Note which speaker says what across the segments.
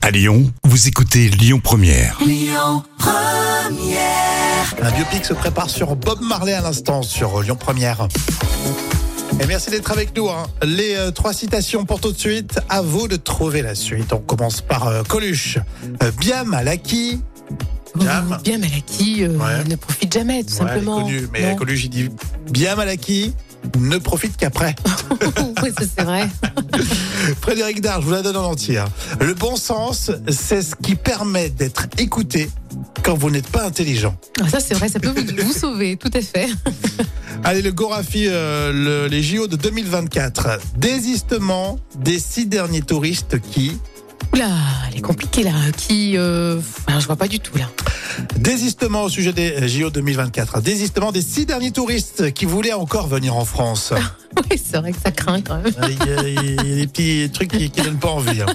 Speaker 1: À Lyon, vous écoutez Lyon Première.
Speaker 2: Un biopic se prépare sur Bob Marley à l'instant sur Lyon Première. Et merci d'être avec nous. hein. Les euh, trois citations pour tout de suite. À vous de trouver la suite. On commence par euh, Coluche. Euh, Biam Alaki. Jam.
Speaker 3: Oh, Bien Malaki euh,
Speaker 2: Ouais.
Speaker 3: ne profite jamais, tout
Speaker 2: Ouais, elle est
Speaker 3: simplement.
Speaker 2: connue, mais
Speaker 3: Non.
Speaker 2: Coluche il dit Biam Alaki. Ne profite qu'après.
Speaker 3: oui, ça c'est vrai.
Speaker 2: Frédéric Dard, je vous la donne en entier. hein. Le bon sens, c'est ce qui permet d'être écouté quand vous n'êtes pas intelligent.
Speaker 3: Ah, Ça c'est vrai, ça peut vous, vous sauver, tout à fait.
Speaker 2: Allez, le Gorafi, euh, le- les JO de 2024. Désistement des six derniers touristes qui.
Speaker 3: Oula, elle est compliquée là. Qui, euh, alors, je vois pas du tout là.
Speaker 2: Désistement au sujet des euh, JO 2024. hein, Désistement des six derniers touristes qui voulaient encore venir en France.
Speaker 3: Oui, c'est vrai que ça craint quand même.
Speaker 2: Il y a- il y a des petits trucs qui, qui donnent pas envie. hein.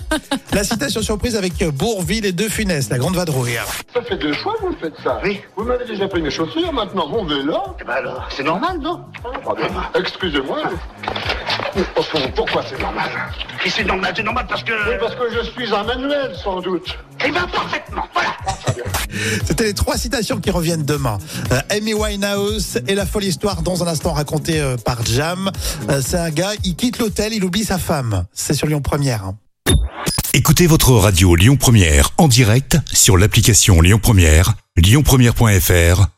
Speaker 2: La citation surprise avec euh, Bourville et De hein. Funès, la grande vadrouille.
Speaker 4: Ça fait deux fois que vous faites ça.
Speaker 5: Oui.
Speaker 4: Vous m'avez déjà pris mes chaussures, maintenant mon vélo.
Speaker 5: Eh ben alors, c'est normal, non
Speaker 4: Pardon. Excusez-moi. Mais au fond, pourquoi c'est normal
Speaker 5: Et c'est normal, c'est normal parce que...
Speaker 4: Oui, parce que je suis un manuel, sans doute.
Speaker 5: Eh ben parfaitement, voilà
Speaker 2: C'était les trois citations qui reviennent demain. Euh, Amy Winehouse et la folle histoire dans un instant racontée euh, par Jam. Euh, C'est un gars, il quitte l'hôtel, il oublie sa femme. C'est sur Lyon Première. hein.
Speaker 1: Écoutez votre radio Lyon Première en direct sur l'application Lyon Première, lyonpremière.fr